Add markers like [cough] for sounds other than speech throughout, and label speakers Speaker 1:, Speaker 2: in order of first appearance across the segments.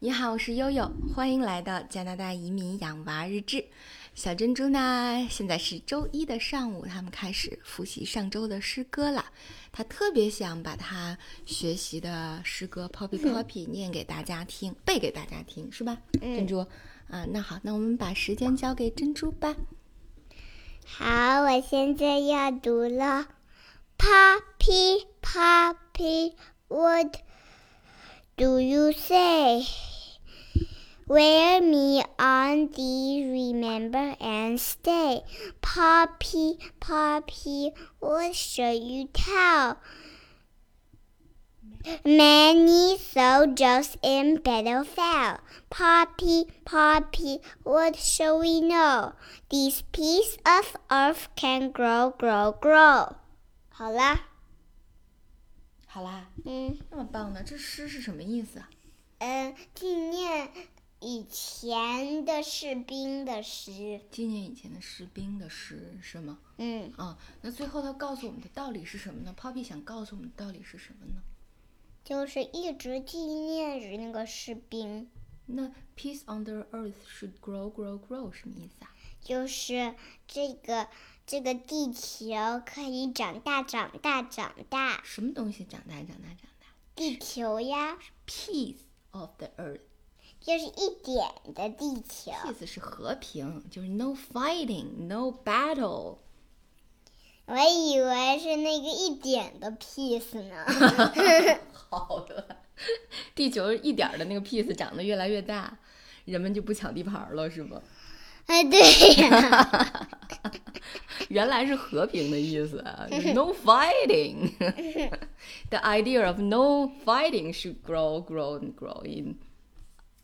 Speaker 1: 你好，我是悠悠，欢迎来到加拿大移民养娃日志。小珍珠呢，现在是周一的上午，他们开始复习上周的诗歌了。她特别想把她学习的诗歌 [laughs] Poppy Poppy 念给大家听，背给大家听，是吧？珍珠啊，那好，那我们把时间交给珍珠吧。
Speaker 2: 好，我现在要读了。Poppy, Poppy, what do you say? Wear me on thee, remember and stay. Poppy, Poppy, what shall you tell? Many soldiers in battle fell. Poppy, Poppy, what shall we know? This piece of earth can grow, grow, grow. 好啦，
Speaker 1: 好啦，
Speaker 2: 嗯
Speaker 1: 那么棒呢？这诗是什么意思啊？
Speaker 2: 嗯，纪念以前的士兵的诗。
Speaker 1: 纪念以前的士兵的诗是吗？
Speaker 2: 嗯，
Speaker 1: 啊，那最后他告诉我们的道理是什么呢？Poppy 想告诉我们的道理是什么呢？
Speaker 2: 就是一直纪念着那个士兵，
Speaker 1: 那 peace on the earth should grow, grow, grow 什么意思啊？
Speaker 2: 就是这个这个地球可以长大长大长大，
Speaker 1: 什么东西长大，长大，长大
Speaker 2: 地球呀。
Speaker 1: ？Peace of the earth，
Speaker 2: 就是一点的地球，
Speaker 1: 意思是和平，就是 no fighting, no battle。
Speaker 2: 我以为是那个一点的 piece 呢。 [laughs]
Speaker 1: 好的， [laughs] 地球一点儿的那个 peace 长得越来越大，人们就不抢地盘儿了，是吗？
Speaker 2: 哎，对呀，
Speaker 1: 原来是和平的意思啊，no fighting。The idea of no fighting should grow, grow, and grow in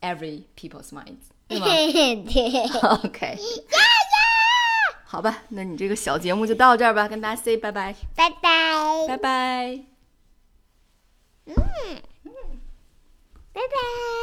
Speaker 1: every people's minds，对吗
Speaker 2: 对，
Speaker 1: [laughs] ？OK，好吧，那你这个小节目就到这儿吧，跟大家 say 拜拜，
Speaker 2: 拜拜，
Speaker 1: 拜拜。
Speaker 2: 嗯拜拜。